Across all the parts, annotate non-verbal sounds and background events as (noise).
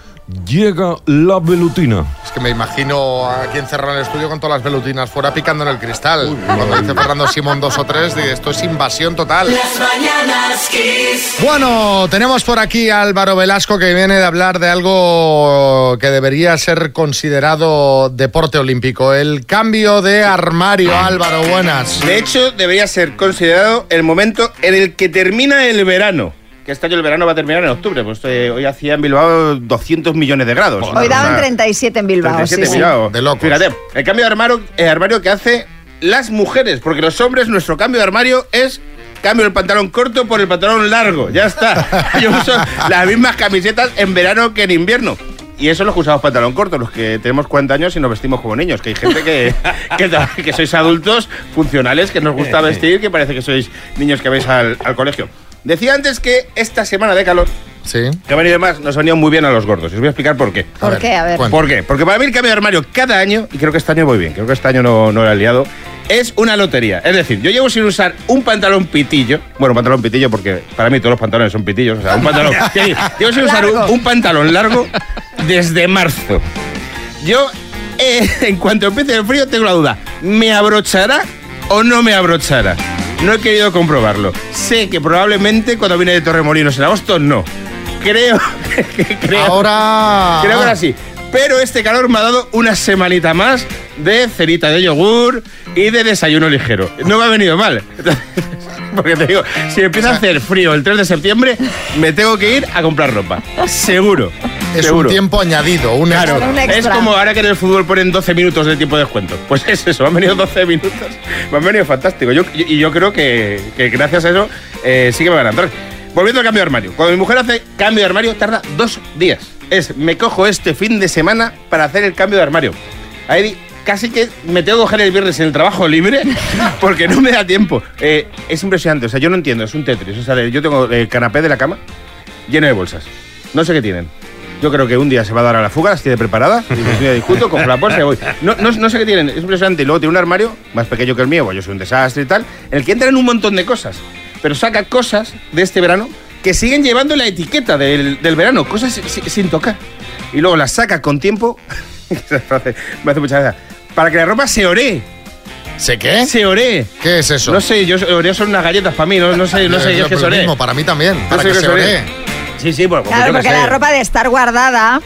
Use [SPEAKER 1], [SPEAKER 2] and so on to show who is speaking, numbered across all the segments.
[SPEAKER 1] Llega la velutina.
[SPEAKER 2] Es que me imagino aquí encerrado en el estudio con todas las velutinas fuera picando en el cristal. Cuando dice Fernando Simón dos o tres, dice, esto es invasión total.
[SPEAKER 3] Las mañanas
[SPEAKER 2] Eh.
[SPEAKER 3] Kiss.
[SPEAKER 2] Bueno, tenemos por aquí a Álvaro Velasco que viene de hablar de algo que debería ser considerado deporte olímpico, el cambio de armario. Álvaro, buenas.
[SPEAKER 4] De hecho, debería ser considerado el momento en el que termina el verano. Que este año el verano va a terminar en octubre. Pues eh, hoy hacía en Bilbao 200 millones de grados.
[SPEAKER 5] Hoy daban
[SPEAKER 4] Una-
[SPEAKER 5] 37 en Bilbao.
[SPEAKER 4] 37
[SPEAKER 5] sí, sí.
[SPEAKER 4] Bilbao.
[SPEAKER 2] de locos.
[SPEAKER 4] Fíjate, el cambio de armario, el armario que hace las mujeres. Porque los hombres, nuestro cambio de armario es cambio el pantalón corto por el pantalón largo. Ya está.
[SPEAKER 2] (laughs)
[SPEAKER 4] Yo uso las mismas camisetas en verano que en invierno. Y eso los que usamos pantalón corto, los que tenemos 40 años y nos vestimos como niños. Que hay gente
[SPEAKER 2] (laughs)
[SPEAKER 4] que, que, ta-
[SPEAKER 2] Eh,
[SPEAKER 4] que sois adultos funcionales, que nos gusta vestir, que parece que sois niños que vais al, al colegio. Decía antes que esta semana de calor
[SPEAKER 2] Sí.
[SPEAKER 4] que ha venido de más nos ha venido muy bien a los gordos. Y os voy a explicar por qué.
[SPEAKER 5] ¿Por qué? A ver.
[SPEAKER 2] cuenta.
[SPEAKER 4] ¿Por qué? Porque para mí el cambio de armario cada año, y creo que este año voy bien, creo que este año no, no lo he liado, es una lotería. Es decir, yo llevo sin usar un pantalón pitillo, bueno, pantalón pitillo porque para mí todos los pantalones son pitillos, o sea, un (laughs)
[SPEAKER 2] (laughs)
[SPEAKER 4] pantalón. Sí, llevo sin usar un,
[SPEAKER 5] Largo.
[SPEAKER 4] un pantalón largo desde marzo. Yo, eh, en cuanto empiece el frío, tengo la duda, ¿me abrochará o no me abrochará? No he querido comprobarlo. Sé que probablemente cuando viene de Torremolinos en agosto, no. Creo, que creo
[SPEAKER 2] Ahora.
[SPEAKER 4] Creo que ahora sí. Pero este calor me ha dado una semanita más de cerita de yogur y de desayuno ligero. No me ha venido mal. (laughs) Porque te digo, si empieza a hacer frío el 3 de septiembre, me tengo que ir a comprar ropa. Seguro.
[SPEAKER 2] Es
[SPEAKER 4] seguro.
[SPEAKER 2] un tiempo añadido, un
[SPEAKER 4] Claro,
[SPEAKER 2] extra.
[SPEAKER 5] Un extra.
[SPEAKER 4] es como ahora que en el fútbol ponen 12 minutos de tiempo de descuento. Pues es eso, me han venido 12 minutos. Me han venido fantástico. Yo- y yo creo que, que gracias a eso eh, sí que me van a entrar. Volviendo al cambio de armario. Cuando mi mujer hace cambio de armario, tarda dos días. Es, me cojo este fin de semana para hacer el cambio de armario. Ahí casi que me tengo que coger el viernes en el trabajo libre (laughs) porque no me da tiempo. Eh, es impresionante, o sea, yo no entiendo, es un Tetris. O sea, de- yo tengo el canapé de la cama lleno de bolsas. No sé qué tienen. Yo creo que un día se va a dar a la fuga, las tiene preparada, y un día discuto, compro la bolsa y voy. No, no, no sé qué tienen, es impresionante. Y luego tiene un armario más pequeño que el mío, pues yo soy un desastre y tal, en el que entran un montón de cosas. Pero saca cosas de este verano que siguen llevando la etiqueta del, del verano, cosas si- si- sin tocar. Y luego las saca con tiempo. (laughs) Esa frase me hace mucha gracia. Para que la ropa se ore.
[SPEAKER 2] ¿Sé qué?
[SPEAKER 4] Se ore.
[SPEAKER 2] ¿Qué es eso?
[SPEAKER 4] No sé, yo oreo son unas galletas para mí, no, no sé, no sé qué es que
[SPEAKER 2] Lo
[SPEAKER 4] se ore.
[SPEAKER 2] mismo, para mí también. para
[SPEAKER 4] sé
[SPEAKER 2] que
[SPEAKER 4] qué
[SPEAKER 2] se
[SPEAKER 4] es oré.
[SPEAKER 2] ore.
[SPEAKER 4] Sí, sí, bueno, pues
[SPEAKER 5] Claro,
[SPEAKER 4] yo qué
[SPEAKER 5] porque
[SPEAKER 4] sé.
[SPEAKER 5] la ropa de estar guardada,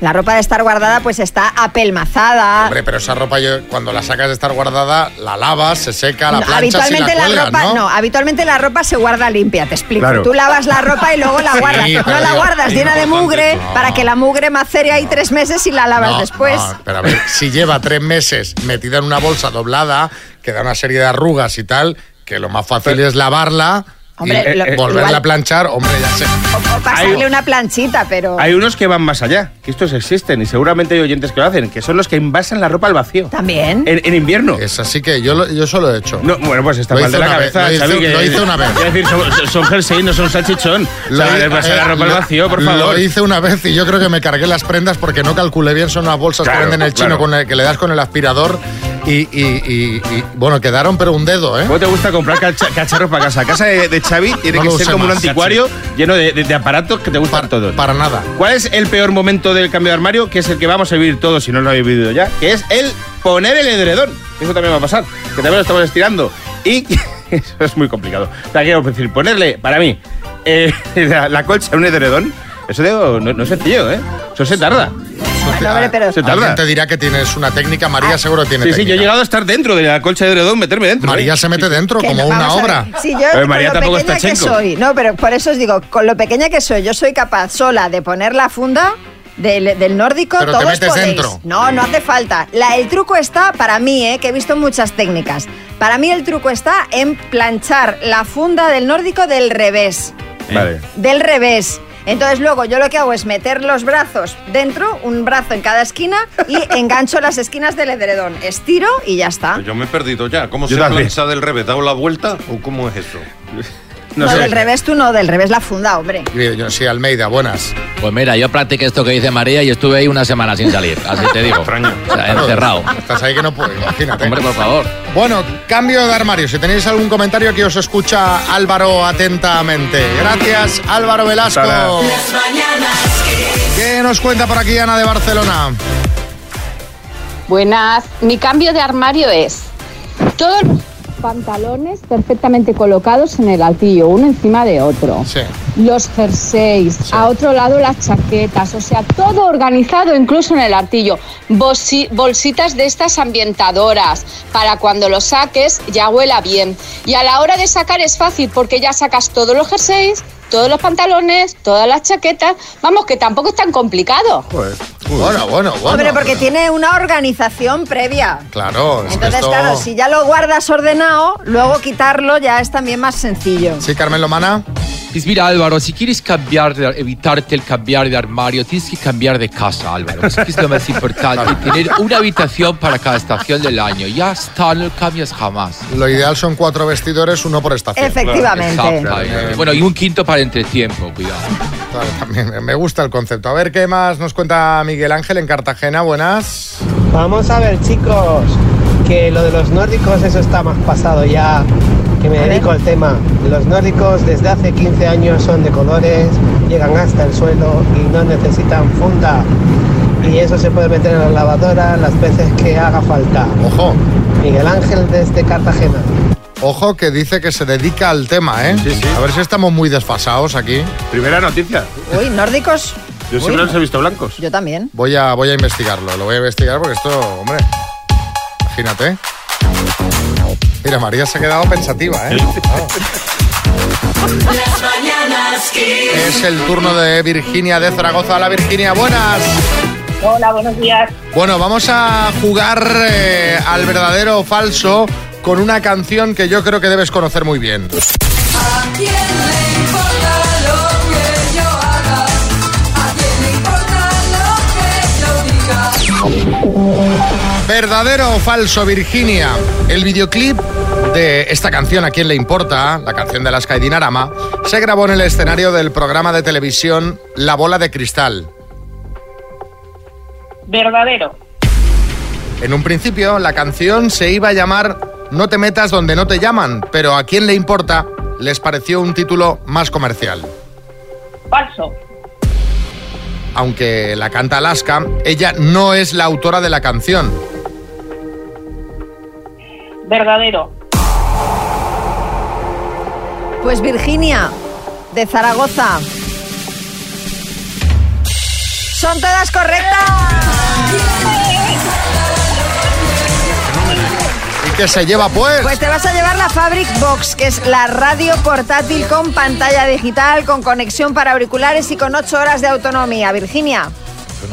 [SPEAKER 5] la ropa de estar guardada pues está apelmazada.
[SPEAKER 2] Hombre, pero esa ropa yo- cuando la sacas de estar guardada, la lavas, se seca, la
[SPEAKER 5] No,
[SPEAKER 2] planchas y la
[SPEAKER 5] habitualmente la,
[SPEAKER 2] cuelgas,
[SPEAKER 5] ropa,
[SPEAKER 2] ¿no?
[SPEAKER 5] habitualmente la ropa se guarda limpia, te explico.
[SPEAKER 4] Claro.
[SPEAKER 5] Tú lavas la ropa y luego la
[SPEAKER 2] Sí,
[SPEAKER 5] guardas.
[SPEAKER 2] pero
[SPEAKER 5] no la
[SPEAKER 2] digo,
[SPEAKER 5] guardas
[SPEAKER 2] digo,
[SPEAKER 5] llena de
[SPEAKER 2] bastante,
[SPEAKER 5] mugre
[SPEAKER 2] no.
[SPEAKER 5] para que la mugre macere ahí tres meses y la lavas
[SPEAKER 2] No,
[SPEAKER 5] después.
[SPEAKER 2] no, pero a ver, si lleva tres meses metida en una bolsa doblada, que da una serie de arrugas y tal, que lo más fácil es lavarla
[SPEAKER 5] Hombre,
[SPEAKER 2] y
[SPEAKER 5] lo-
[SPEAKER 2] volverla
[SPEAKER 5] igual-
[SPEAKER 2] a planchar, hombre, ya sé.
[SPEAKER 5] O, o pasarle una planchita, pero
[SPEAKER 4] Hay unos que van más allá, que estos existen y seguramente hay oyentes que lo hacen, que son los que envasan la ropa al vacío.
[SPEAKER 5] también.
[SPEAKER 4] En, en invierno.
[SPEAKER 2] Es así que yo, lo- yo solo he hecho.
[SPEAKER 4] No, bueno, pues está
[SPEAKER 2] Lo
[SPEAKER 4] mal
[SPEAKER 2] hice
[SPEAKER 4] de la
[SPEAKER 2] una vez,
[SPEAKER 4] cabeza,
[SPEAKER 2] lo hice-
[SPEAKER 4] Xavi, que-
[SPEAKER 2] lo hice una vez.
[SPEAKER 4] Quiero decir, son, son jersey, no son salchichón.
[SPEAKER 2] Lo-
[SPEAKER 4] Xavi, envasar la
[SPEAKER 2] eh,
[SPEAKER 4] ropa al
[SPEAKER 2] lo-
[SPEAKER 4] vacío, por favor.
[SPEAKER 2] Lo hice una vez y yo creo que me cargué las prendas porque no calculé bien. Son unas bolsas
[SPEAKER 4] Claro,
[SPEAKER 2] que venden en el chino
[SPEAKER 4] claro.
[SPEAKER 2] con el que le das con el aspirador y, y- y- y, bueno, quedaron pero un dedo, ¿eh?
[SPEAKER 4] ¿Cómo te gusta comprar cacha- cacharros para casa? Casa de, de Xavi tiene
[SPEAKER 2] No
[SPEAKER 4] que
[SPEAKER 2] lo
[SPEAKER 4] ser
[SPEAKER 2] usé
[SPEAKER 4] como un
[SPEAKER 2] más,
[SPEAKER 4] anticuario lleno de, de- de aparatos que te gustan
[SPEAKER 2] Para,
[SPEAKER 4] todos.
[SPEAKER 2] para nada.
[SPEAKER 4] ¿Cuál es el peor momento del cambio de armario? Que es el que vamos a vivir todos si no lo habéis vivido ya. Que es el poner el edredón. Eso también va a pasar. Que también lo estamos estirando. Y (laughs) eso es muy complicado. O sea, quiero decir, ponerle, para mí, eh, (laughs) la, la colcha a un edredón. Eso digo, no, no es sencillo, ¿eh? Eso se tarda.
[SPEAKER 5] Bueno, hombre, pero-
[SPEAKER 4] Se tarda. Ah,
[SPEAKER 2] Alguien te dirá que tienes una técnica. María seguro tiene
[SPEAKER 4] Sí, sí, yo
[SPEAKER 2] técnica.
[SPEAKER 4] he llegado a estar dentro de la colcha de edredón, meterme dentro.
[SPEAKER 2] María
[SPEAKER 4] ¿eh?
[SPEAKER 2] se mete dentro
[SPEAKER 5] Que
[SPEAKER 2] como
[SPEAKER 5] no,
[SPEAKER 2] una
[SPEAKER 5] vamos a
[SPEAKER 2] obra.
[SPEAKER 5] ver. Si yo,
[SPEAKER 4] A ver,
[SPEAKER 5] con
[SPEAKER 4] María
[SPEAKER 5] lo
[SPEAKER 4] tampoco
[SPEAKER 5] pequeña
[SPEAKER 4] está
[SPEAKER 5] que
[SPEAKER 4] Chenko.
[SPEAKER 5] soy, no, pero por eso os digo, con lo pequeña que soy, yo soy capaz sola de poner la funda del, del nórdico,
[SPEAKER 2] Pero te
[SPEAKER 5] todos
[SPEAKER 2] metes
[SPEAKER 5] podéis.
[SPEAKER 2] dentro.
[SPEAKER 5] No, no hace falta. La- el truco está, para mí, eh, que he visto muchas técnicas, para mí el truco está en planchar la funda del nórdico del revés
[SPEAKER 4] Vale.
[SPEAKER 5] del revés. Entonces luego yo lo que hago es meter los brazos dentro, un brazo en cada esquina
[SPEAKER 2] (laughs)
[SPEAKER 5] y engancho las esquinas del edredón, estiro y ya está.
[SPEAKER 6] Yo me he perdido ya. ¿Cómo
[SPEAKER 4] Yo
[SPEAKER 6] se
[SPEAKER 4] también.
[SPEAKER 6] plancha del revés? ¿Dado la vuelta o cómo es eso?
[SPEAKER 4] No
[SPEAKER 5] No,
[SPEAKER 4] sé.
[SPEAKER 5] del revés tú no, del revés la funda, hombre.
[SPEAKER 2] Yo, yo sí, Almeida, buenas.
[SPEAKER 7] Pues mira, yo practiqué esto que dice María y estuve ahí una semana sin salir, así te digo.
[SPEAKER 6] Extraño.
[SPEAKER 7] O sea, encerrado.
[SPEAKER 2] Estás ahí que no puedes, imagínate.
[SPEAKER 7] Hombre, por favor.
[SPEAKER 2] Bueno, cambio de armario. Si tenéis algún comentario que os escucha Álvaro atentamente. Gracias, Álvaro
[SPEAKER 4] Hasta
[SPEAKER 2] Velasco.
[SPEAKER 3] Las mañanas Kiss.
[SPEAKER 2] ¿Qué nos cuenta por aquí Ana de Barcelona?
[SPEAKER 8] Buenas, mi cambio de armario es todos los pantalones perfectamente colocados en el altillo, uno encima de otro.
[SPEAKER 2] Sí.
[SPEAKER 8] Los jerseys, a otro lado las chaquetas, o sea, todo organizado incluso en el artillo. Bolsi- bolsitas de estas ambientadoras para cuando lo saques ya huela bien. Y a la hora de sacar es fácil porque ya sacas todos los jerseys, todos los pantalones, todas las chaquetas. Vamos, que tampoco es tan complicado.
[SPEAKER 2] Pues, Bueno, bueno, bueno.
[SPEAKER 5] Hombre, porque tiene una organización previa.
[SPEAKER 2] Claro, es que
[SPEAKER 5] Entonces,
[SPEAKER 2] esto-
[SPEAKER 5] claro, si ya lo guardas ordenado, luego quitarlo ya es también más sencillo.
[SPEAKER 2] Sí, Carmen Lomana.
[SPEAKER 9] Pues mira, Álvaro, si quieres cambiar, de- evitarte el cambiar de armario, tienes que cambiar de casa, Álvaro. Es que es lo
[SPEAKER 7] (laughs)
[SPEAKER 9] más importante, tener una habitación para cada estación del año. Ya está, no cambias jamás.
[SPEAKER 2] Lo ideal son cuatro vestidores, uno por estación.
[SPEAKER 5] Efectivamente.
[SPEAKER 9] Exacto, eh, Bueno, y un quinto para entretiempo, cuidado.
[SPEAKER 2] Claro, (laughs) también me gusta el concepto. A ver qué más nos cuenta Miguel Ángel en Cartagena. Buenas.
[SPEAKER 10] Vamos a ver, chicos, que lo de los nórdicos, eso está más pasado ya, que me dedico al tema. Los nórdicos desde hace 15 años son de colores, llegan hasta el suelo y no necesitan funda. Y eso se puede meter en la lavadora las veces que haga falta.
[SPEAKER 2] Ojo.
[SPEAKER 10] Miguel Ángel desde Cartagena.
[SPEAKER 2] Ojo que dice que se dedica al tema, ¿eh? A ver si estamos muy desfasados aquí.
[SPEAKER 4] Primera noticia.
[SPEAKER 5] Uy, nórdicos.
[SPEAKER 4] Yo
[SPEAKER 5] Uy,
[SPEAKER 4] siempre los he visto blancos.
[SPEAKER 5] Yo también.
[SPEAKER 2] Voy a, voy a investigarlo, lo voy a investigar porque esto, hombre, imagínate. Mira, María se ha quedado pensativa, ¿eh?
[SPEAKER 3] Las mañanas Kiss.
[SPEAKER 2] Es el turno de Virginia de Zaragoza. Hola, Virginia, buenas.
[SPEAKER 11] Hola, buenos días.
[SPEAKER 2] Bueno, vamos a jugar eh, al verdadero o falso con una canción que yo creo que debes conocer muy bien.
[SPEAKER 3] ¿A quién le importa lo que yo haga? ¿A quién le importa lo que yo diga?
[SPEAKER 2] ¿Verdadero o falso, Virginia? El videoclip de esta canción, ¿A quién le importa? La canción de Alaska y Dinarama, se grabó en el escenario del programa de televisión La Bola de Cristal.
[SPEAKER 11] Verdadero.
[SPEAKER 2] En un principio, la canción se iba a llamar No te metas donde no te llaman, pero ¿a quién le importa? Les pareció un título más comercial.
[SPEAKER 11] Falso.
[SPEAKER 2] Aunque la canta Alaska, ella no es la autora de la canción.
[SPEAKER 11] Verdadero.
[SPEAKER 5] Pues Virginia, de Zaragoza. Son todas correctas.
[SPEAKER 2] ¿Y qué se lleva pues?
[SPEAKER 5] Pues te vas a llevar la Fabric Box, que es la radio portátil con pantalla digital, con conexión para auriculares y con 8 horas de autonomía. Virginia.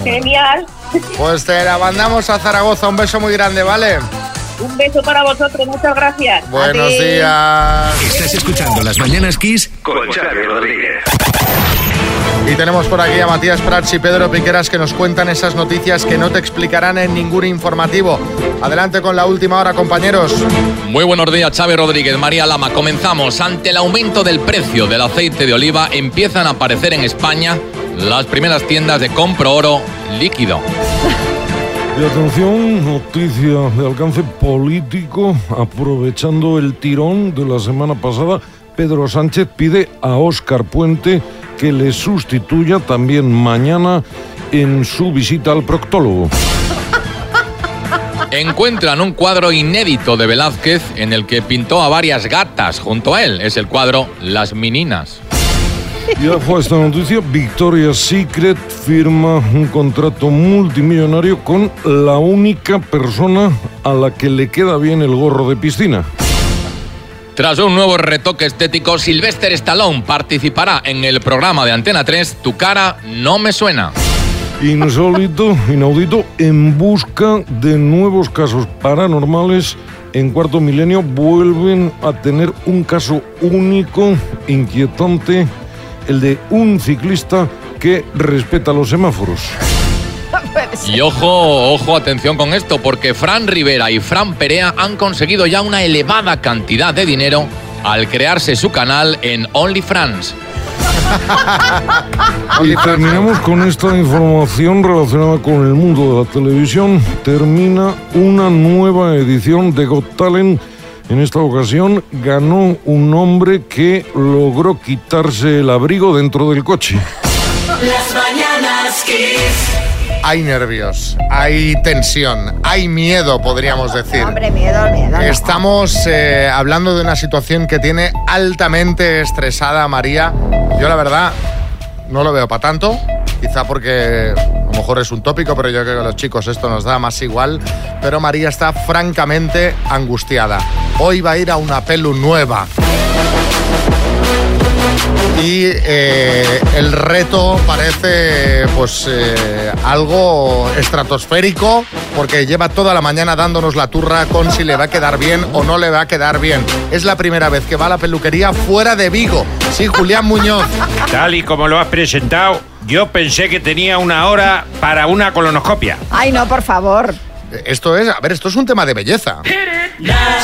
[SPEAKER 11] Genial.
[SPEAKER 2] Pues te la mandamos a Zaragoza. Un beso muy grande, ¿vale?
[SPEAKER 11] Un beso para vosotros. Muchas gracias.
[SPEAKER 2] Buenos días.
[SPEAKER 12] Estás escuchando Las Mañanas Kiss con Xavi
[SPEAKER 2] (laughs)
[SPEAKER 12] Rodríguez.
[SPEAKER 2] Y tenemos por aquí a Matías Prats y Pedro Piqueras que nos cuentan esas noticias que no te explicarán en ningún informativo. Adelante con la última hora, compañeros.
[SPEAKER 7] Muy buenos días, Xavi Rodríguez, María Lama. Comenzamos. Ante el aumento del precio del aceite de oliva, empiezan a aparecer en España las primeras tiendas de compro oro líquido.
[SPEAKER 1] Y atención, noticias de alcance político. Aprovechando el tirón de la semana pasada, Pedro Sánchez pide a Óscar Puente que le sustituya también mañana en su visita al proctólogo.
[SPEAKER 7] Encuentran un cuadro inédito de Velázquez en el que pintó a varias gatas junto a él. Es el cuadro Las Meninas.
[SPEAKER 1] Y bajo esta noticia, Victoria's Secret firma un contrato multimillonario con la única persona a la que le queda bien el gorro de piscina.
[SPEAKER 7] Tras un nuevo retoque estético, Sylvester Stallone participará en el programa de Antena 3 Tu cara no me suena.
[SPEAKER 1] Insólito, inaudito, en busca de nuevos casos paranormales. En cuarto milenio vuelven a tener un caso único, inquietante, el de un ciclista que respeta los semáforos.
[SPEAKER 7] Y ojo, ojo, atención con esto, porque Fran Rivera y Fran Perea han conseguido ya una elevada cantidad de dinero al crearse su canal en OnlyFrans.
[SPEAKER 1] Y terminamos con esta información relacionada con el mundo de la televisión. Termina una nueva edición de Got Talent. En esta ocasión ganó un hombre que logró quitarse el abrigo dentro del coche.
[SPEAKER 3] Las mañanas Kiss.
[SPEAKER 2] Hay nervios, hay tensión, hay miedo, podríamos decir.
[SPEAKER 5] Hombre, miedo, miedo. no.
[SPEAKER 2] Estamos eh, hablando de una situación que tiene altamente estresada a María. Yo la verdad no lo veo para tanto, quizá porque a lo mejor es un tópico, pero yo creo que a los chicos esto nos da más igual. Pero María está francamente angustiada. Hoy va a ir a una pelu nueva. Y eh, el reto parece pues eh, algo estratosférico porque lleva toda la mañana dándonos la turra con si le va a quedar bien o no le va a quedar bien. Es la primera vez que va a la peluquería fuera de Vigo. Sí, Julián Muñoz.
[SPEAKER 13] Tal y como lo has presentado, yo pensé que tenía una hora para una colonoscopia.
[SPEAKER 5] Ay, no, por favor.
[SPEAKER 2] Esto es, a ver, esto es un tema de belleza.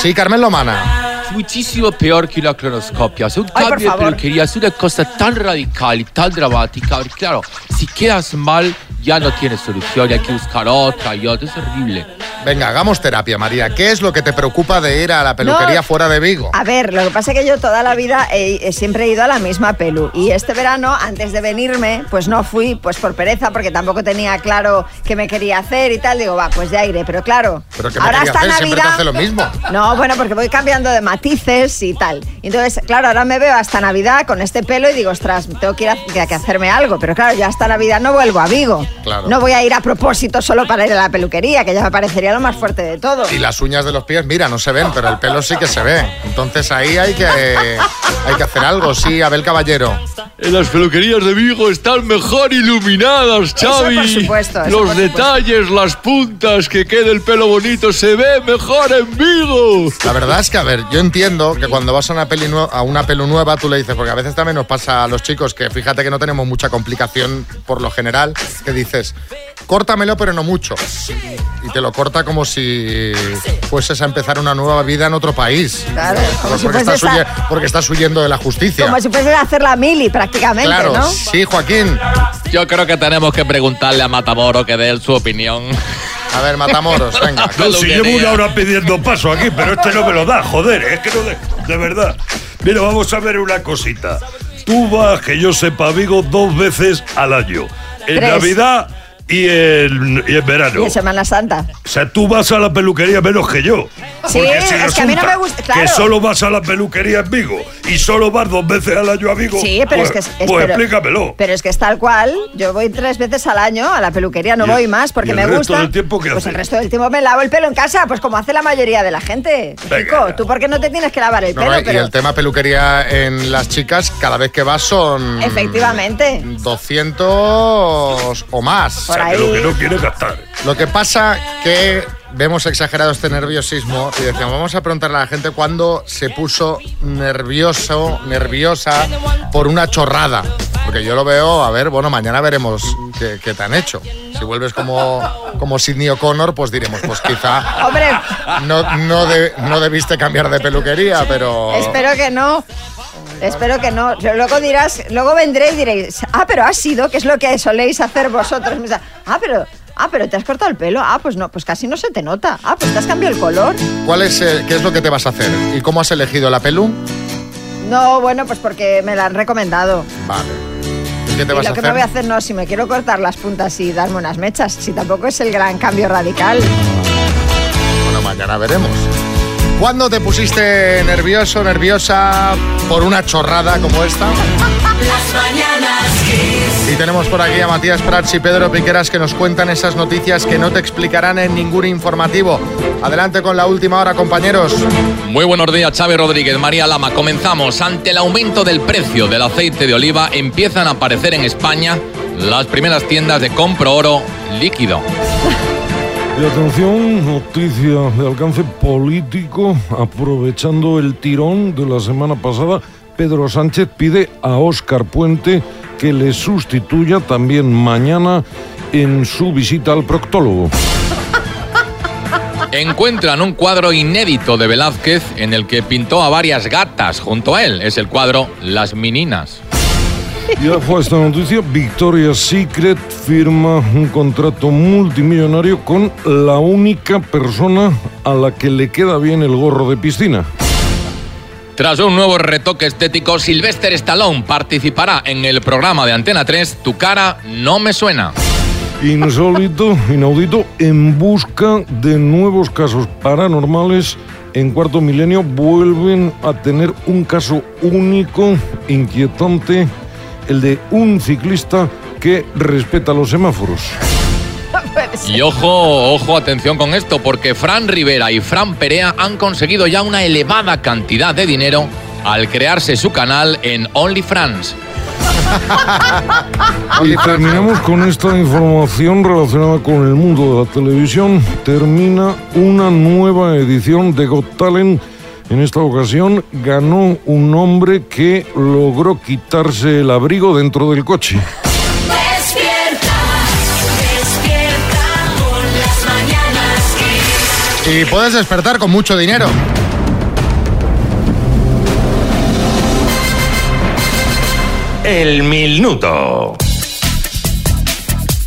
[SPEAKER 2] Sí, Carmen Lomana.
[SPEAKER 9] Es muchísimo peor que una cronoscopia. O sea, un
[SPEAKER 5] Ay, por
[SPEAKER 9] cambio de
[SPEAKER 5] favor.
[SPEAKER 9] peluquería es una cosa tan radical y tan dramática. Porque, claro, si quedas mal, ya no tienes solución. y Hay que buscar otra y otra. Es horrible.
[SPEAKER 2] Venga, hagamos terapia, María. ¿Qué es lo que te preocupa de ir a la peluquería
[SPEAKER 5] No.
[SPEAKER 2] fuera de Vigo?
[SPEAKER 5] A ver, lo que pasa es que yo toda la vida he- he- siempre he ido a la misma pelu. Y este verano, antes de venirme, pues no fui, pues por pereza, porque tampoco tenía claro qué me quería hacer y tal. Digo, va, pues ya iré. Pero claro,
[SPEAKER 2] Pero que me
[SPEAKER 5] ahora
[SPEAKER 2] quería
[SPEAKER 5] hasta
[SPEAKER 2] hacer, siempre te
[SPEAKER 5] Navidad.
[SPEAKER 2] hace lo mismo.
[SPEAKER 5] No, bueno, porque voy cambiando de matices y tal. Entonces, claro, ahora me veo hasta Navidad con este pelo y digo, ostras, tengo que ir a- que- que hacerme algo. Pero claro, yo hasta Navidad no vuelvo a Vigo.
[SPEAKER 2] Claro.
[SPEAKER 5] No voy a ir a propósito solo para ir a la peluquería, que ya me parecería lo más fuerte de todo.
[SPEAKER 2] Y las uñas de los pies, mira, no se ven, pero el pelo sí que se ve. Entonces ahí hay que, hay que hacer algo, sí, Abel Caballero.
[SPEAKER 7] En las peluquerías de Vigo están mejor iluminadas,
[SPEAKER 2] Eso por
[SPEAKER 7] Xavi.
[SPEAKER 2] supuesto, eso
[SPEAKER 7] Los
[SPEAKER 2] por
[SPEAKER 7] detalles, las puntas, que quede el pelo bonito, se ve mejor en Vigo.
[SPEAKER 2] La verdad es que, a ver, yo entiendo que cuando vas a una, peli nue- a una pelu nueva tú le dices, porque a veces también nos pasa a los chicos que fíjate que no tenemos mucha complicación por lo general, que dices, córtamelo pero no mucho. Y te lo corta como si fueses a empezar una nueva vida en otro país.
[SPEAKER 5] Claro, como si
[SPEAKER 2] porque,
[SPEAKER 5] fuese
[SPEAKER 2] estás
[SPEAKER 5] esa-
[SPEAKER 2] huye- porque estás huyendo de la justicia.
[SPEAKER 5] Como si fuese a hacer la mili prácticamente,
[SPEAKER 2] claro,
[SPEAKER 5] ¿no?
[SPEAKER 2] sí, Joaquín.
[SPEAKER 7] Yo creo que tenemos que preguntarle a Matamoro que dé su opinión.
[SPEAKER 2] A ver, Matamoros,
[SPEAKER 9] (laughs)
[SPEAKER 2] venga.
[SPEAKER 14] No, si llevo una hora pidiendo paso aquí, pero este no me lo da, joder, es que no de, de verdad. Mira, vamos a ver una cosita. Tú vas, que yo sepa, Vigo, dos veces al año. En
[SPEAKER 5] Tres.
[SPEAKER 14] Navidad y en, y en verano.
[SPEAKER 5] Y en Semana Santa.
[SPEAKER 14] O sea, tú vas a la peluquería menos que yo.
[SPEAKER 5] Sí,
[SPEAKER 14] Porque
[SPEAKER 5] es
[SPEAKER 14] si
[SPEAKER 5] que a
[SPEAKER 14] resulta
[SPEAKER 5] mí no me gusta-
[SPEAKER 14] Que
[SPEAKER 5] claro.
[SPEAKER 14] solo vas a la peluquería en Vigo y solo vas dos veces al año a Vigo.
[SPEAKER 5] Sí, pero
[SPEAKER 14] pues,
[SPEAKER 5] es que es, es-
[SPEAKER 14] pues
[SPEAKER 5] pero-
[SPEAKER 14] explícamelo.
[SPEAKER 5] Pero es que es tal cual. Yo voy tres veces al año a la peluquería, no
[SPEAKER 14] ¿Y el-
[SPEAKER 5] voy más porque
[SPEAKER 14] y el
[SPEAKER 5] me
[SPEAKER 14] resto
[SPEAKER 5] gusta.
[SPEAKER 14] del tiempo qué
[SPEAKER 5] pues
[SPEAKER 14] haces?
[SPEAKER 5] el resto del tiempo me lavo el pelo en casa, pues como hace la mayoría de la gente. Chico, tú porque no te tienes que lavar el
[SPEAKER 2] No,
[SPEAKER 5] pelo,
[SPEAKER 2] no, y
[SPEAKER 5] pero
[SPEAKER 2] el tema peluquería en las chicas, cada vez que vas son
[SPEAKER 5] efectivamente.
[SPEAKER 2] 200 o más.
[SPEAKER 5] Por O sea, que ahí. lo que no
[SPEAKER 14] quiere gastar.
[SPEAKER 2] Lo que pasa que vemos exagerado este nerviosismo y decíamos, vamos a preguntarle a la gente cuándo se puso nervioso, nerviosa por una chorrada. Porque yo lo veo, a ver, bueno, mañana veremos qué, qué te han hecho. Si vuelves como, como Sidney O'Connor, pues diremos, pues quizá
[SPEAKER 5] Hombre,
[SPEAKER 2] no, no, de- no debiste cambiar de peluquería, pero...
[SPEAKER 14] Oh.
[SPEAKER 5] espero que no. Espero que no. Pero Luego dirás, luego vendré y diréis, ah, pero ha sido, que es lo que soléis hacer vosotros. Me dice, Ah, pero, ah, pero te has cortado el pelo. Ah, pues no, pues casi no se te nota. Ah, pues te has cambiado el color.
[SPEAKER 2] ¿Cuál es, eh, ¿Qué es lo que te vas a hacer? ¿Y cómo has elegido la pelu?
[SPEAKER 5] No, bueno, pues porque me la han recomendado.
[SPEAKER 2] Vale. ¿Y ¿Qué te
[SPEAKER 5] Y
[SPEAKER 2] vas
[SPEAKER 5] lo
[SPEAKER 2] a
[SPEAKER 5] que
[SPEAKER 2] hacer?
[SPEAKER 5] me voy a hacer no, si me quiero cortar las puntas y darme unas mechas, si tampoco es el gran cambio radical.
[SPEAKER 2] Bueno, mañana veremos. ¿Cuándo te pusiste nervioso, nerviosa por una chorrada como esta?
[SPEAKER 3] Las mañanas Kiss.
[SPEAKER 2] Y tenemos por aquí a Matías Prats y Pedro Piqueras que nos cuentan esas noticias que no te explicarán en ningún informativo. Adelante con la última hora, compañeros.
[SPEAKER 7] Muy buenos días, Chávez Rodríguez, María Lama. Comenzamos. Ante el aumento del precio del aceite de oliva, empiezan a aparecer en España las primeras tiendas de compro oro líquido.
[SPEAKER 1] Y atención, noticia de alcance político. Aprovechando el tirón de la semana pasada, Pedro Sánchez pide a Óscar Puente que le sustituya también mañana en su visita al proctólogo.
[SPEAKER 7] Encuentran un cuadro inédito de Velázquez en el que pintó a varias gatas junto a él. Es el cuadro Las Meninas.
[SPEAKER 1] Y bajo esta noticia, Victoria's Secret firma un contrato multimillonario con la única persona a la que le queda bien el gorro de piscina.
[SPEAKER 7] Tras un nuevo retoque estético, Sylvester Stallone participará en el programa de Antena 3 Tu cara no me suena.
[SPEAKER 1] Insólito, inaudito, en busca de nuevos casos paranormales. En cuarto milenio vuelven a tener un caso único, inquietante, el de un ciclista que respeta los semáforos.
[SPEAKER 7] Y ojo, ojo, atención con esto, porque Fran Rivera y Fran Perea han conseguido ya una elevada cantidad de dinero al crearse su canal en OnlyFans.
[SPEAKER 1] Y terminamos con esta información relacionada con el mundo de la televisión. Termina una nueva edición de Got Talent. En esta ocasión ganó un hombre que logró quitarse el abrigo dentro del coche.
[SPEAKER 3] Despierta, despierta con las mañanas Kiss.
[SPEAKER 2] Y puedes despertar con mucho dinero.
[SPEAKER 6] El minuto.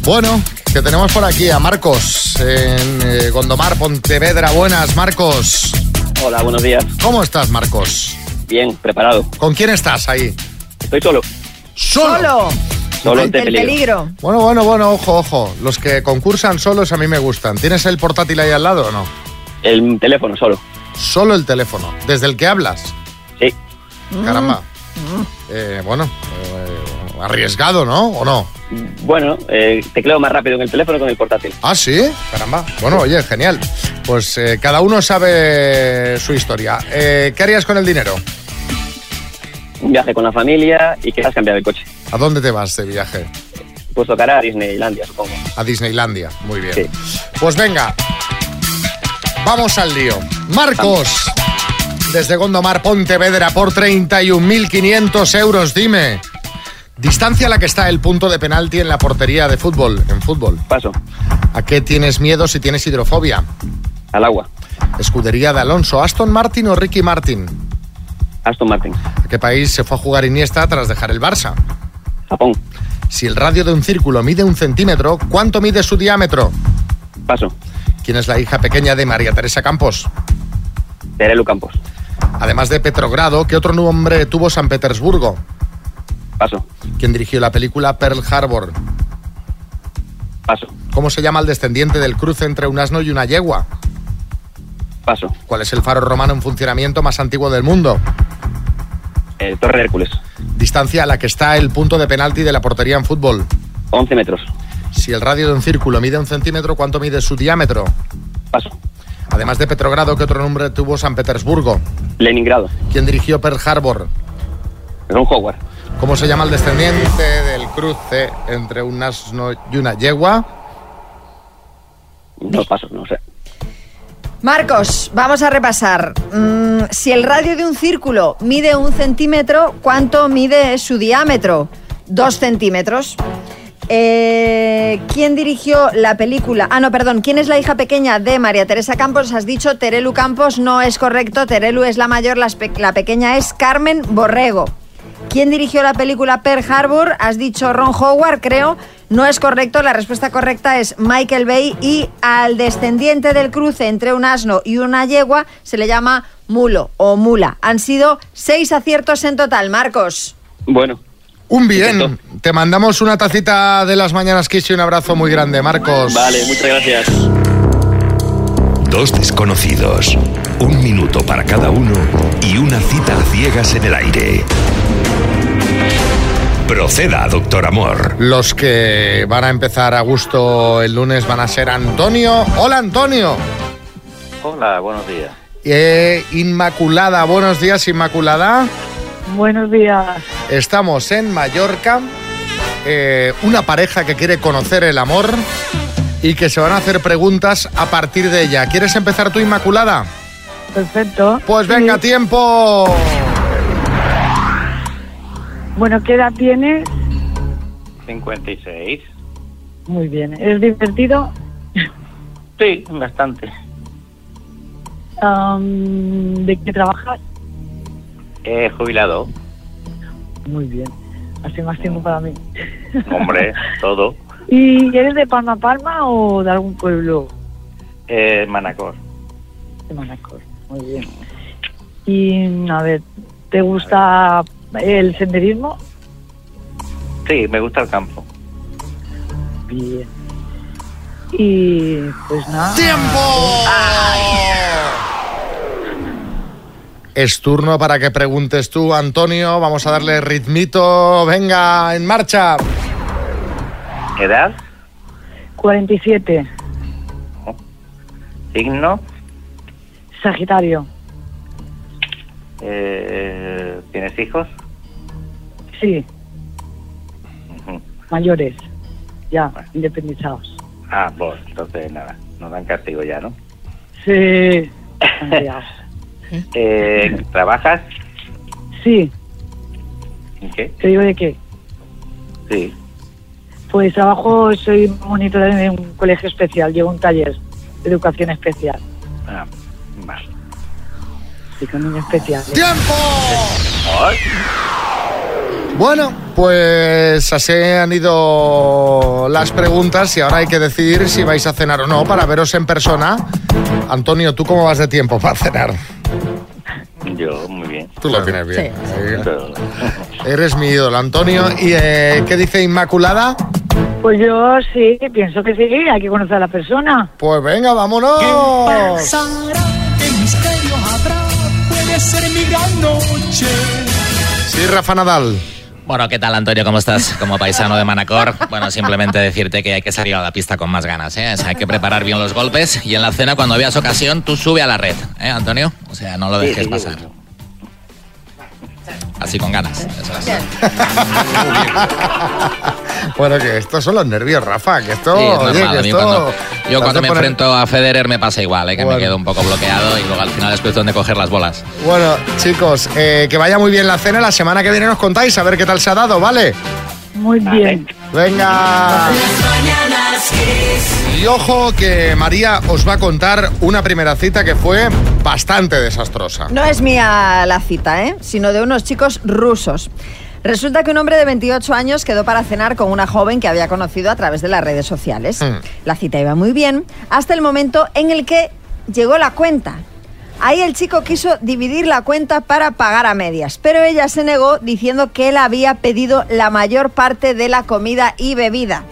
[SPEAKER 2] Bueno, que tenemos por aquí a Marcos en eh, Gondomar, Pontevedra. Buenas, Marcos.
[SPEAKER 15] Hola, buenos días.
[SPEAKER 2] ¿Cómo estás, Marcos?
[SPEAKER 15] Bien, preparado.
[SPEAKER 2] ¿Con quién estás ahí?
[SPEAKER 15] Estoy solo.
[SPEAKER 2] Solo.
[SPEAKER 15] Solo ante el peligro. peligro.
[SPEAKER 2] Bueno, bueno, bueno, ojo, ojo. Los que concursan solos a mí me gustan. ¿Tienes el portátil ahí al lado o no?
[SPEAKER 15] El teléfono solo.
[SPEAKER 2] Solo el teléfono. ¿Desde el que hablas?
[SPEAKER 15] Sí.
[SPEAKER 2] Caramba. Eh, bueno, eh, arriesgado, ¿no? ¿O no?
[SPEAKER 15] Bueno, eh, tecleo más rápido en el teléfono que en el portátil.
[SPEAKER 2] Ah, sí. Caramba. Bueno, oye, genial. Pues eh, cada uno sabe su historia. Eh, ¿Qué harías con el dinero?
[SPEAKER 15] Un viaje con la familia y quieras cambiar el coche.
[SPEAKER 2] ¿A dónde te vas de viaje?
[SPEAKER 15] Pues tocará a Disneylandia, supongo.
[SPEAKER 2] A Disneylandia. Muy bien. Pues venga, vamos al lío. Marcos, desde Gondomar, Pontevedra, por 31.500 euros, dime. Distancia a la que está el punto de penalti en la portería de fútbol, en fútbol.
[SPEAKER 15] Paso.
[SPEAKER 2] ¿A qué tienes miedo si tienes hidrofobia?
[SPEAKER 15] Al agua.
[SPEAKER 2] Escudería de Alonso, Aston Martin o Ricky Martin.
[SPEAKER 15] Aston Martin.
[SPEAKER 2] ¿A qué país se fue a jugar Iniesta tras dejar el Barça?
[SPEAKER 15] Japón.
[SPEAKER 2] Si el radio de un círculo mide un centímetro, ¿cuánto mide su diámetro?
[SPEAKER 15] Paso.
[SPEAKER 2] ¿Quién es la hija pequeña de María Teresa Campos?
[SPEAKER 15] Terelu Campos.
[SPEAKER 2] Además de Petrogrado, ¿qué otro nombre tuvo San Petersburgo?
[SPEAKER 15] Paso.
[SPEAKER 2] ¿Quién dirigió la película Pearl Harbor?
[SPEAKER 15] Paso.
[SPEAKER 2] ¿Cómo se llama el descendiente del cruce entre un asno y una yegua?
[SPEAKER 15] Paso.
[SPEAKER 2] ¿Cuál es el faro romano en funcionamiento más antiguo del mundo?
[SPEAKER 15] Eh, Torre de Hércules.
[SPEAKER 2] Distancia a la que está el punto de penalti de la portería en fútbol.
[SPEAKER 15] 11 metros.
[SPEAKER 2] Si el radio de un círculo mide un centímetro, ¿cuánto mide su diámetro?
[SPEAKER 15] Paso.
[SPEAKER 2] Además de Petrogrado, ¿qué otro nombre tuvo San Petersburgo?
[SPEAKER 15] Leningrado.
[SPEAKER 2] ¿Quién dirigió Pearl Harbor?
[SPEAKER 15] Ron Howard.
[SPEAKER 2] ¿Cómo se llama el descendiente del cruce entre un asno y una yegua?
[SPEAKER 15] No paso, no sé.
[SPEAKER 5] Marcos, vamos a repasar. Mm, si el radio de un círculo mide un centímetro, ¿cuánto mide su diámetro? Dos centímetros. Eh, ¿Quién dirigió la película? Ah, no, perdón. ¿Quién es la hija pequeña de María Teresa Campos? Has dicho Terelu Campos, no es correcto. Terelu es la mayor, las pe- la pequeña es Carmen Borrego. ¿Quién dirigió la película Pearl Harbor? Has dicho Ron Howard, creo. No es correcto, la respuesta correcta es Michael Bay y al descendiente del cruce entre un asno y una yegua se le llama mulo o mula. Han sido seis aciertos en total, Marcos.
[SPEAKER 15] Bueno.
[SPEAKER 2] Un bien. Te mandamos una tacita de las mañanas Kiss y un abrazo muy grande, Marcos.
[SPEAKER 15] Vale, muchas gracias.
[SPEAKER 12] Dos desconocidos, un minuto para cada uno y una cita a ciegas en el aire. Proceda, doctor amor.
[SPEAKER 2] Los que van a empezar a gusto el lunes van a ser Antonio. Hola, Antonio.
[SPEAKER 16] Hola, buenos días.
[SPEAKER 2] Eh, Inmaculada, buenos días, Inmaculada.
[SPEAKER 17] Buenos días.
[SPEAKER 2] Estamos en Mallorca, eh, una pareja que quiere conocer el amor y que se van a hacer preguntas a partir de ella. ¿Quieres empezar tú, Inmaculada?
[SPEAKER 17] Perfecto.
[SPEAKER 2] Pues venga, tiempo.
[SPEAKER 17] Bueno, ¿qué edad tienes?
[SPEAKER 16] 56.
[SPEAKER 17] Muy bien. ¿Es divertido?
[SPEAKER 16] Sí, bastante.
[SPEAKER 17] Am, ¿De qué trabajas?
[SPEAKER 16] Eh, jubilado.
[SPEAKER 17] Muy bien. Así más tiempo para mí.
[SPEAKER 16] Hombre, todo.
[SPEAKER 17] (laughs) ¿Y eres de Palma a Palma o de algún pueblo
[SPEAKER 16] Eh, Manacor.
[SPEAKER 17] de Manacor? Muy bien. Y a ver, ¿te gusta el senderismo?
[SPEAKER 16] Sí, me gusta el campo.
[SPEAKER 17] Bien. Y pues nada.
[SPEAKER 2] ¡Tiempo! Es turno para que preguntes tú, Antonio. Vamos a darle ritmito. Venga, en marcha.
[SPEAKER 16] Edad,
[SPEAKER 17] 47.
[SPEAKER 16] signo,
[SPEAKER 17] Sagitario.
[SPEAKER 16] Eh, ¿Tienes hijos?
[SPEAKER 17] Sí,
[SPEAKER 16] Ujú.
[SPEAKER 17] mayores, ya, independizados.
[SPEAKER 16] Ah, vos, entonces nada, nos dan castigo ya, ¿no?
[SPEAKER 17] Sí, cambiados.
[SPEAKER 16] (laughs) Eh, ¿Trabajas?
[SPEAKER 17] sí,
[SPEAKER 16] ¿En qué?
[SPEAKER 17] te digo de qué.
[SPEAKER 16] Sí.
[SPEAKER 17] Pues abajo soy monitora de un colegio especial, llevo un taller de educación especial.
[SPEAKER 16] Ah, vale.
[SPEAKER 17] Sí, con niños especiales.
[SPEAKER 2] Bueno, pues así han ido las preguntas y ahora hay que decidir si vais a cenar o no para veros en persona. Antonio, ¿tú cómo vas de tiempo para cenar?
[SPEAKER 16] Yo, muy bien.
[SPEAKER 2] Tú lo tienes bien. Eres mi ídolo, Antonio. ¿Y eh, qué dice Inmaculada?
[SPEAKER 17] Pues yo sí, pienso que sí, hay que conocer a la persona.
[SPEAKER 2] Pues venga, vámonos.
[SPEAKER 3] Sara, ¿qué misterio habrá? Puede ser mi gran noche.
[SPEAKER 2] Sí, Rafa Nadal.
[SPEAKER 18] Bueno, ¿qué tal, Antonio? ¿Cómo estás? Como paisano de Manacor, bueno, simplemente decirte que hay que salir a la pista con más ganas, ¿eh? O sea, hay que preparar bien los golpes y en la cena, cuando veas ocasión, tú sube a la red, ¿eh, Antonio? O sea, no lo
[SPEAKER 16] Sí,
[SPEAKER 18] dejes
[SPEAKER 16] sí,
[SPEAKER 18] pasar. Así con ganas. eso es.
[SPEAKER 2] Bueno, que estos son los nervios, Rafa. Que esto.
[SPEAKER 18] Sí, es normal,
[SPEAKER 2] oye, que
[SPEAKER 18] a mí
[SPEAKER 2] esto-
[SPEAKER 18] cuando-
[SPEAKER 2] te
[SPEAKER 18] yo
[SPEAKER 2] hace
[SPEAKER 18] cuando me
[SPEAKER 2] poner-
[SPEAKER 18] enfrento a Federer me pasa igual, ¿eh? que
[SPEAKER 2] Bueno.
[SPEAKER 18] me quedo un poco bloqueado y luego al final después donde coger las bolas.
[SPEAKER 2] Bueno, chicos, eh, que vaya muy bien la cena. La semana que viene nos contáis a ver qué tal se ha dado, ¿vale?
[SPEAKER 17] Muy bien.
[SPEAKER 2] Venga. Y ojo que María os va a contar una primera cita que fue bastante desastrosa.
[SPEAKER 5] No es mía la cita, ¿eh? sino de unos chicos rusos. Resulta que un hombre de 28 años quedó para cenar con una joven que había conocido a través de las redes sociales.
[SPEAKER 8] Mm.
[SPEAKER 5] La cita iba muy bien hasta el momento en el que llegó la cuenta. Ahí el chico quiso dividir la cuenta para pagar a medias, pero ella se negó diciendo que él había pedido la mayor parte de la comida y bebida.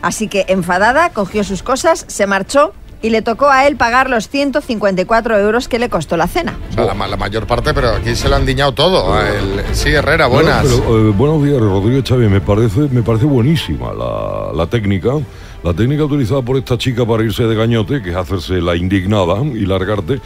[SPEAKER 5] Así que enfadada, cogió sus cosas, se marchó y le tocó a él pagar los 154 euros que le costó la cena.
[SPEAKER 2] O sea, la, ma- la mayor parte, pero aquí se lo han diñado todo. Ah, El- sí, Herrera, buenas.
[SPEAKER 1] No, pero, eh, buenos días, Rodrigo Chávez. Me parece, me parece buenísima la, la técnica. La técnica utilizada por esta chica para irse de gañote, que es hacerse la indignada y largarte.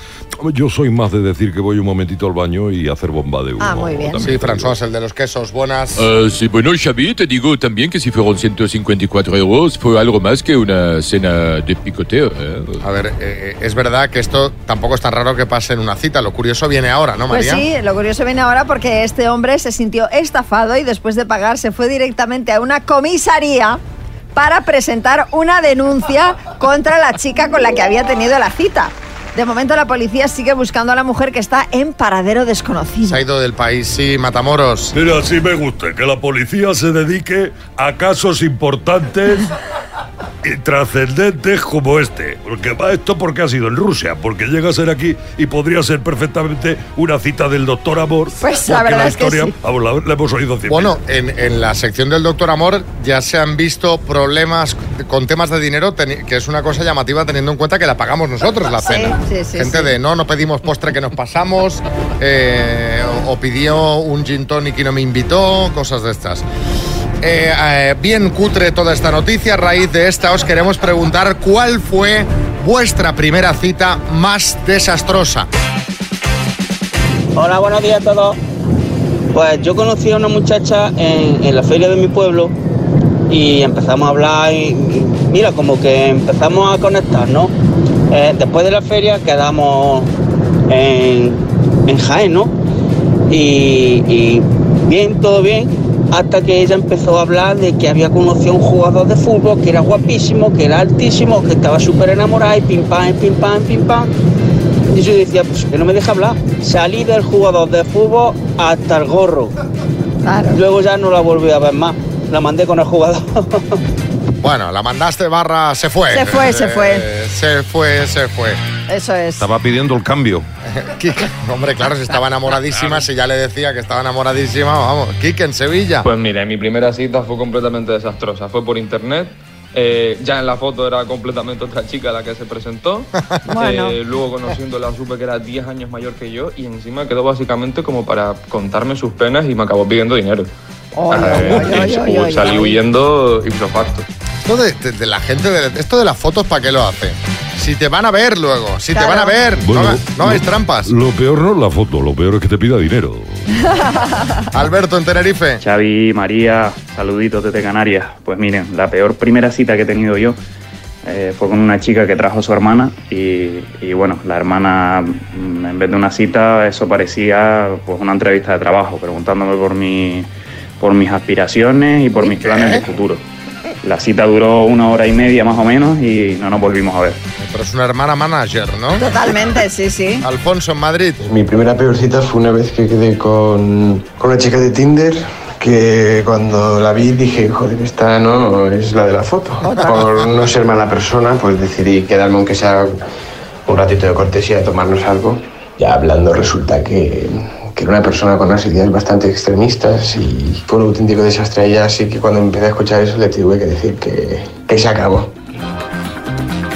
[SPEAKER 1] Yo soy más de decir que voy un momentito al baño y hacer bomba de humo.
[SPEAKER 2] Ah, muy bien. Sí, François, el de los quesos, buenas.
[SPEAKER 7] Oh.
[SPEAKER 19] Eh, sí, bueno, Xavi, te digo también que si fueron 154 euros fue algo más que una cena de picoteo. ¿eh?
[SPEAKER 2] A ver, eh, eh, es verdad que esto tampoco es tan raro que pase en una cita. Lo curioso viene ahora, ¿no,
[SPEAKER 5] Pues
[SPEAKER 2] María?
[SPEAKER 5] sí, lo curioso viene ahora porque este hombre se sintió estafado y después de pagar se fue directamente a una comisaría para presentar una denuncia contra la chica con la que había tenido la cita. De momento la policía sigue buscando a la mujer que está en paradero desconocido.
[SPEAKER 2] Se ha ido del país, sí, Matamoros.
[SPEAKER 14] Mira, sí me gusta que la policía se dedique a casos importantes y trascendentes como este. Porque va esto porque ha sido en Rusia, porque llega a ser aquí y podría ser perfectamente una cita del doctor Amor.
[SPEAKER 5] Pues la
[SPEAKER 14] porque
[SPEAKER 5] verdad es que
[SPEAKER 14] historia,
[SPEAKER 5] sí.
[SPEAKER 14] vamos, la, la hemos oído cien
[SPEAKER 2] Bueno, en, en la sección del Doctor Amor ya se han visto problemas con temas de dinero, teni- que es una cosa llamativa teniendo en cuenta que la pagamos nosotros la
[SPEAKER 5] Sí,
[SPEAKER 2] cena.
[SPEAKER 5] sí, sí,
[SPEAKER 2] Gente
[SPEAKER 5] sí.
[SPEAKER 2] de no, no pedimos postre que nos pasamos, (laughs) eh, o, o pidió un gin tonic y no me invitó, cosas de estas. Eh, eh, bien cutre toda esta noticia. A raíz de esta os queremos preguntar cuál fue vuestra primera cita más desastrosa.
[SPEAKER 20] Hola, buenos días a todos. Pues yo conocí a una muchacha en, en la feria de mi pueblo y empezamos a hablar y, y mira, como que empezamos a conectar, ¿no? Eh, después de la feria quedamos en, en Jaén, ¿no? Y, y bien, todo bien, hasta que ella empezó a hablar de que había conocido a un jugador de fútbol que era guapísimo, que era altísimo, que estaba súper enamorada y pim pam, pim pam, pim pam. Y yo decía, pues que no me deja hablar. Salí del jugador de fútbol hasta el gorro. Luego ya no la volví a ver más. La mandé con el jugador.
[SPEAKER 2] Bueno, la mandaste barra, se fue.
[SPEAKER 5] Se fue, se fue. Eh,
[SPEAKER 2] Eh, se fue, se fue.
[SPEAKER 5] Eso es.
[SPEAKER 2] Estaba (laughs) pidiendo el cambio. Hombre, claro, si estaba enamoradísima, si ya le decía que estaba enamoradísima, vamos, Quique en Sevilla.
[SPEAKER 21] Pues mire, mi primera cita fue completamente desastrosa. Fue por internet. eh, ya en la foto era completamente otra chica la que se presentó.
[SPEAKER 22] Bueno.
[SPEAKER 21] Eh, luego conociéndola supe que era 10 años mayor que yo y encima quedó básicamente como para contarme sus penas y me acabó pidiendo dinero.
[SPEAKER 5] Ay,
[SPEAKER 21] Eh,
[SPEAKER 5] ay, ay,
[SPEAKER 21] y
[SPEAKER 5] ay, ay,
[SPEAKER 21] salí
[SPEAKER 5] ay.
[SPEAKER 21] huyendo ipso facto.
[SPEAKER 2] Esto de, de- de la gente, de, esto de las fotos, ¿para qué lo hace? Si te van a ver luego, si
[SPEAKER 5] Claro.
[SPEAKER 2] te van a ver,
[SPEAKER 1] Bueno,
[SPEAKER 2] no, haga- no hagáis
[SPEAKER 1] lo-
[SPEAKER 2] trampas.
[SPEAKER 1] Lo peor no es la foto, lo peor es que te pida dinero.
[SPEAKER 2] Alberto en Tenerife.
[SPEAKER 16] Xavi, María, saluditos desde Canarias. Pues miren, la peor primera cita que he tenido yo eh, fue con una chica que trajo a su hermana y, y bueno, la hermana mm, en vez de una cita eso parecía pues una entrevista de trabajo, preguntándome por mi, por mis aspiraciones y por mis planes de futuro. La cita duró una hora y media más o menos y no nos volvimos a ver.
[SPEAKER 2] Pero es una hermana manager, ¿no?
[SPEAKER 5] Totalmente, sí, sí.
[SPEAKER 2] Alfonso en Madrid.
[SPEAKER 8] Pues Mi primera peor cita fue una vez que quedé con, con una chica de Tinder que cuando la vi dije, joder, esta no es la de la foto. Por no ser mala persona, pues decidí quedarme aunque sea un ratito de cortesía, tomarnos algo. Ya hablando resulta que, que era una persona con unas ideas bastante extremistas y fue un auténtico desastre a ella, así que cuando empecé a escuchar eso le tuve que decir que, que se acabó.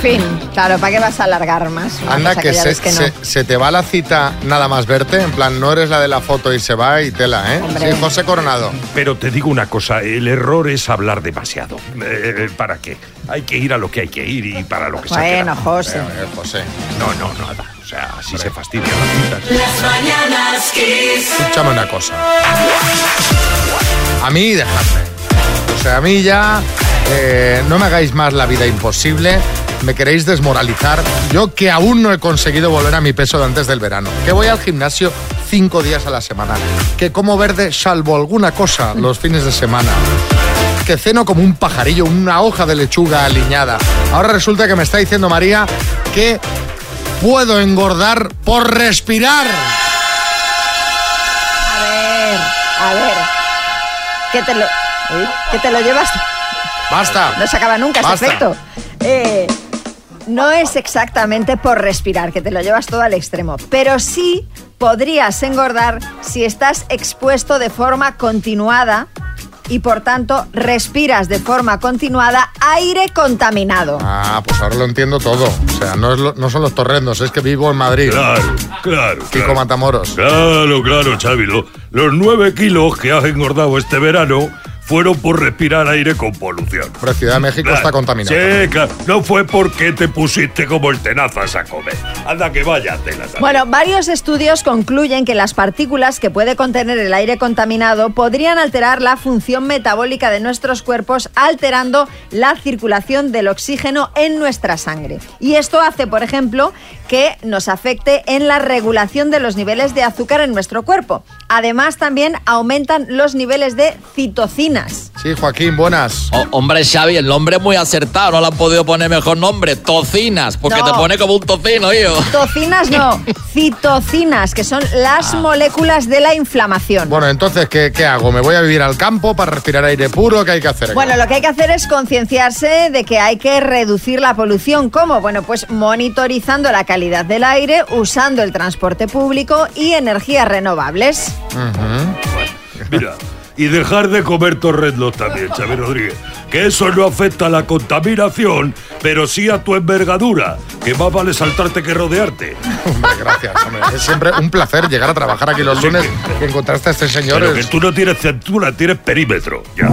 [SPEAKER 5] Fin. Claro, ¿para qué vas a alargar más? Una
[SPEAKER 2] Anda,
[SPEAKER 5] cosa
[SPEAKER 2] que,
[SPEAKER 5] ya
[SPEAKER 2] se,
[SPEAKER 5] ves que no.
[SPEAKER 2] se- se te va la cita nada más verte. En plan, no eres la de la foto y se va y tela, ¿eh? Sí, José Coronado.
[SPEAKER 14] Pero te digo una cosa, el error es hablar demasiado. Eh, ¿Para qué? Hay que ir a lo que hay que ir y para lo que se queda.
[SPEAKER 5] Bueno, José.
[SPEAKER 2] José.
[SPEAKER 14] No, no, nada. O sea, así se fastidia la cita.
[SPEAKER 3] Las mañanas Kiss.
[SPEAKER 2] Escúchame una cosa. A mí, dejadme. O sea, a mí ya eh, no me hagáis más la vida imposible. Me queréis desmoralizar. Yo que aún no he conseguido volver a mi peso de antes del verano. Que voy al gimnasio cinco días a la semana. Que como verde salvo alguna cosa los fines de semana. Que ceno como un pajarillo, una hoja de lechuga aliñada. Ahora resulta que me está diciendo María que puedo engordar por respirar.
[SPEAKER 5] A ver, a ver. Que te lo, uy, que te lo llevas.
[SPEAKER 2] Basta.
[SPEAKER 5] No se acaba nunca ese
[SPEAKER 2] Basta.
[SPEAKER 5] efecto. Eh, no es exactamente por respirar, que te lo llevas todo al extremo, pero sí podrías engordar si estás expuesto de forma continuada y por tanto respiras de forma continuada aire contaminado.
[SPEAKER 2] Ah, pues ahora lo entiendo todo. O sea, no, es lo- no son los torrendos, es que vivo en Madrid.
[SPEAKER 14] Claro, claro.
[SPEAKER 2] Kiko
[SPEAKER 14] claro.
[SPEAKER 2] Matamoros.
[SPEAKER 14] Claro, claro, Xavi. lo- los nueve kilos que has engordado este verano fueron por respirar aire con polución.
[SPEAKER 2] Pero Ciudad de México
[SPEAKER 14] Claro.
[SPEAKER 2] está contaminada.
[SPEAKER 14] Sí, claro. No fue porque te pusiste como el tenazas a comer. Anda que vaya tenazas.
[SPEAKER 5] Bueno, varios estudios concluyen que las partículas que puede contener el aire contaminado podrían alterar la función metabólica de nuestros cuerpos, alterando la circulación del oxígeno en nuestra sangre. Y esto hace, por ejemplo, que nos afecte en la regulación de los niveles de azúcar en nuestro cuerpo. Además, también aumentan los niveles de citocinas.
[SPEAKER 7] (laughs)
[SPEAKER 2] Sí, Joaquín, buenas.
[SPEAKER 18] Oh, hombre, Xavi, el nombre es muy acertado. No le han podido poner mejor nombre. Tocinas, porque
[SPEAKER 5] No.
[SPEAKER 18] te pone como un tocino, tío.
[SPEAKER 5] Tocinas no, citocinas, que son las moléculas de la inflamación.
[SPEAKER 2] Bueno, entonces, ¿qué, qué hago? ¿Me voy a vivir al campo para respirar aire puro? ¿Qué hay que hacer? aquí?
[SPEAKER 5] Bueno, lo que hay que hacer es concienciarse de que hay que reducir la polución. ¿Cómo? Bueno, pues monitorizando la calidad del aire, usando el transporte público y energías renovables.
[SPEAKER 14] Mira, y dejar de comer torrendos también, Xavi Rodríguez. Que eso no afecta a la contaminación, pero sí a tu envergadura. Que más vale saltarte que rodearte.
[SPEAKER 2] Hombre, gracias. hombre. Es siempre un placer llegar a trabajar aquí los lunes y encontrarte a este señor.
[SPEAKER 14] Pero que
[SPEAKER 2] es-
[SPEAKER 14] tú no tienes cintura, tienes perímetro. Ya.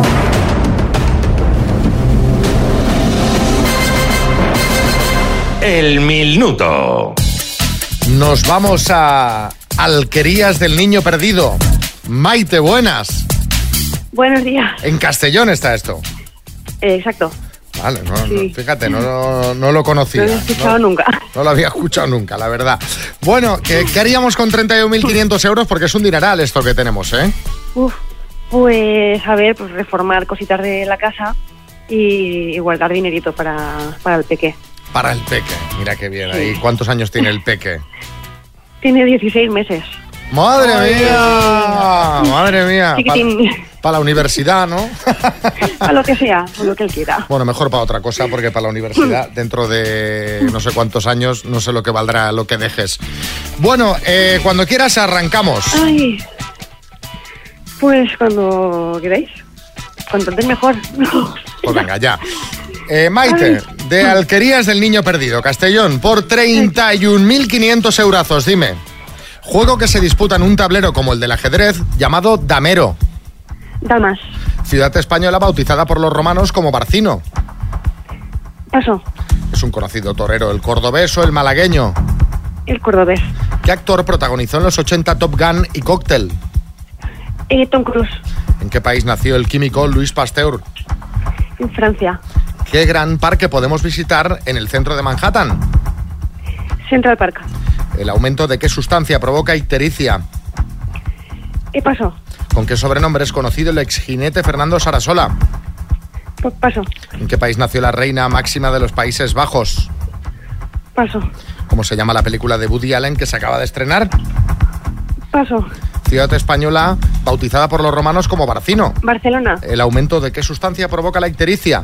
[SPEAKER 14] El minuto.
[SPEAKER 2] Nos vamos a Alquerías del Niño Perdido. Maite, buenas.
[SPEAKER 23] Buenos días.
[SPEAKER 2] En Castellón está esto.
[SPEAKER 23] Eh, exacto.
[SPEAKER 2] Vale, no, no,
[SPEAKER 23] Sí.
[SPEAKER 2] fíjate, no, no- no lo conocía.
[SPEAKER 23] No lo he escuchado nunca.
[SPEAKER 2] No lo había escuchado nunca, la verdad. Bueno, ¿qué, qué haríamos con 31.500 euros? Porque es un dineral esto que tenemos, ¿eh?
[SPEAKER 23] Uf, pues a ver, pues reformar cositas de la casa y, y guardar dinerito para, para el peque.
[SPEAKER 2] Para el peque. Mira qué bien ahí. ¿Cuántos años tiene el peque?
[SPEAKER 23] Tiene 16 meses.
[SPEAKER 2] ¡Madre
[SPEAKER 23] Ay,
[SPEAKER 2] mía!
[SPEAKER 23] Dios mío.
[SPEAKER 2] ¡Madre mía!
[SPEAKER 23] Chiquitín.
[SPEAKER 2] Para, la universidad, ¿no?
[SPEAKER 23] (laughs) A lo que sea, o lo que él quiera.
[SPEAKER 2] Bueno, mejor para otra cosa, porque para la universidad, dentro de no sé cuántos años, no sé lo que valdrá lo que dejes. Bueno, eh, cuando quieras arrancamos.
[SPEAKER 23] Ay, pues cuando queráis. Cuanto antes mejor. (laughs)
[SPEAKER 2] Pues venga, ya. Eh, Maite, de
[SPEAKER 23] Ah.
[SPEAKER 2] Alquerías del Niño Perdido, Castellón, por 31.500 eurazos, dime. Juego que se disputa en un tablero como el del ajedrez, llamado damero.
[SPEAKER 23] Damas,
[SPEAKER 2] Ciudad española bautizada por los romanos como Barcino.
[SPEAKER 23] Paso.
[SPEAKER 2] Es un conocido torero, el cordobés o el malagueño.
[SPEAKER 23] El cordobés.
[SPEAKER 2] ¿Qué actor protagonizó en los 80 Top Gun y Cocktail?
[SPEAKER 23] Eh, Tom Cruise,
[SPEAKER 2] ¿En qué país nació el químico Luis Pasteur?
[SPEAKER 23] en Francia.
[SPEAKER 2] ¿Qué gran parque podemos visitar en el centro de Manhattan?
[SPEAKER 23] Central Park.
[SPEAKER 2] ¿El aumento de qué sustancia provoca ictericia?
[SPEAKER 23] Eh, paso.
[SPEAKER 2] ¿Con qué sobrenombre es conocido el exjinete Fernando Sarasola?
[SPEAKER 23] Pa- Pues paso.
[SPEAKER 2] ¿En qué país nació la reina máxima de los Países Bajos?
[SPEAKER 23] Paso.
[SPEAKER 2] ¿Cómo se llama la película de Woody Allen que se acaba de estrenar?
[SPEAKER 23] Paso.
[SPEAKER 2] Ciudad española bautizada por los romanos como Barcino.
[SPEAKER 23] Barcelona.
[SPEAKER 2] ¿El aumento de qué sustancia provoca la ictericia?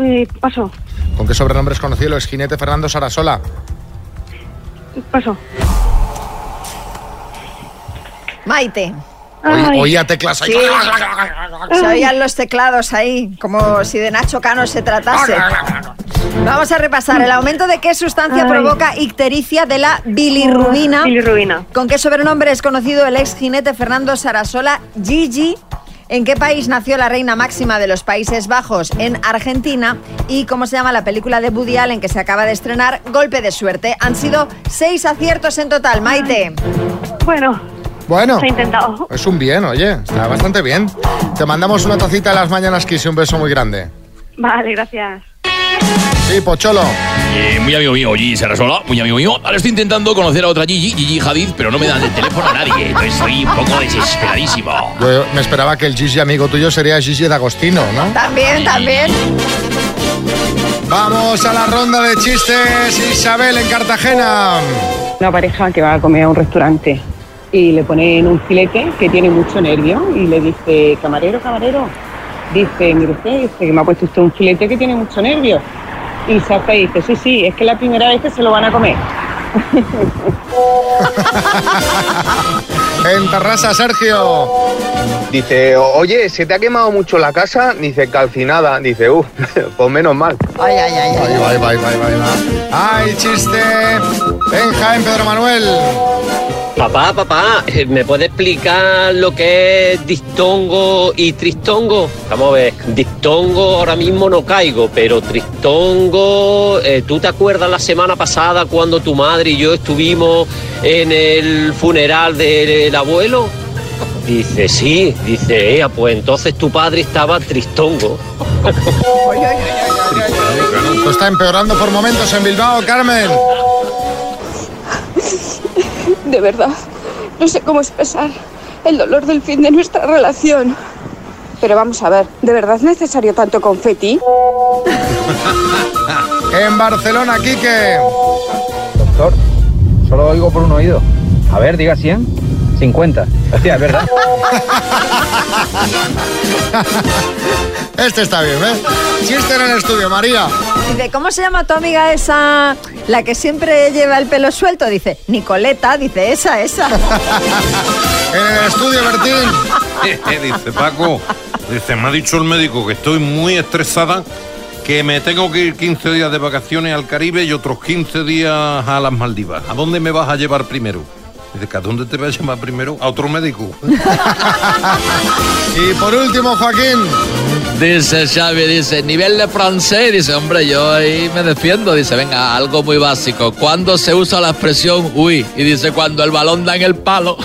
[SPEAKER 23] Eh, paso.
[SPEAKER 2] ¿Con qué sobrenombre es conocido el exjinete Fernando Sarasola?
[SPEAKER 23] Paso.
[SPEAKER 5] Maite.
[SPEAKER 2] Oí- oía teclas ahí.
[SPEAKER 5] Sí. Se oían los teclados ahí, como si de Nacho Cano se tratase. Vamos a repasar el aumento de qué sustancia
[SPEAKER 23] Ay.
[SPEAKER 5] provoca ictericia de la bilirrubina.
[SPEAKER 23] Bilirrubina.
[SPEAKER 5] ¿Con qué sobrenombre es conocido el ex jinete Fernando Sarasola Gigi? ¿En qué país nació la reina máxima de los Países Bajos? En Argentina. ¿Y cómo se llama la película de Woody Allen que se acaba de estrenar? Golpe de suerte. Han sido seis aciertos en total, Maite.
[SPEAKER 23] Bueno.
[SPEAKER 2] Bueno.
[SPEAKER 5] Se ha intentado.
[SPEAKER 2] Es un bien, oye. Está bastante bien. Te mandamos una tacita a las mañanas, Kiss, y un beso muy grande.
[SPEAKER 23] Vale, gracias.
[SPEAKER 2] Sí, Pocholo.
[SPEAKER 18] Eh, muy amigo mío, Gigi Sarasola, muy amigo mío. Ahora estoy intentando conocer a otra Gigi, Gigi Hadid, pero no me dan el teléfono a nadie. Entonces estoy un poco desesperadísimo.
[SPEAKER 2] Yo me esperaba que el Gigi amigo tuyo sería Gigi D'Agostino, ¿no?
[SPEAKER 5] También, también.
[SPEAKER 2] Vamos a la ronda de chistes. Isabel en Cartagena.
[SPEAKER 24] Una pareja que va a comer a un restaurante y le ponen un filete que tiene mucho nervio y le dice, camarero, camarero, dice, mire usted, dice que me ha puesto usted un filete que tiene mucho nervio. Y se hace y dice, sí, sí, es que es la primera vez que se lo van a comer.
[SPEAKER 2] En Terrassa, Sergio.
[SPEAKER 4] Dice, "O- oye, ¿se te ha quemado mucho la casa? Dice, calcinada. Dice, uff, (laughs) pues menos mal.
[SPEAKER 5] Ay, ay, ay, ay.
[SPEAKER 2] Ahí va, ahí va, ahí va, ahí va, ahí va. ¡Ay, chiste! En Jaén, Pedro Manuel.
[SPEAKER 10] Papá, papá, eh, ¿me puede explicar lo que es diptongo y tristongo? Vamos a ver, diptongo ahora mismo no caigo, pero tristongo, eh, ¿tú te acuerdas la semana pasada cuando tu madre y yo estuvimos en el funeral del eh, abuelo? Dice, sí, dice, "Ea, pues entonces tu padre estaba tristongo.
[SPEAKER 2] Esto está empeorando por momentos en Bilbao, Carmen.
[SPEAKER 22] De verdad, no sé cómo expresar el dolor del fin de nuestra relación. Pero vamos a ver, ¿de verdad es necesario tanto confeti?
[SPEAKER 2] En Barcelona, Quique.
[SPEAKER 25] Doctor, solo oigo por un oído. A ver, diga 100. 50. Hostia, es verdad.
[SPEAKER 2] Este está bien, ¿ves? Chiste en el estudio, María.
[SPEAKER 5] Dice, ¿cómo se llama tu amiga esa? La que siempre lleva el pelo suelto. Dice, Nicoleta. Dice, esa, esa.
[SPEAKER 2] En el estudio,
[SPEAKER 6] (laughs)
[SPEAKER 2] Bertín.
[SPEAKER 6] dice Paco, dice, me ha dicho el médico que estoy muy estresada, que me tengo que ir 15 días de vacaciones al Caribe y otros 15 días a las Maldivas. ¿A dónde me vas a llevar primero? Dice, ¿que ¿a dónde te vas a llevar primero? A otro médico.
[SPEAKER 2] y por último, Joaquín.
[SPEAKER 7] Dice Xavi, dice, nivel de francés, dice, hombre, yo ahí me defiendo, dice, venga, algo muy básico. ¿Cuándo se usa la (laughs) expresión uy? Y dice, cuando el balón da en el palo.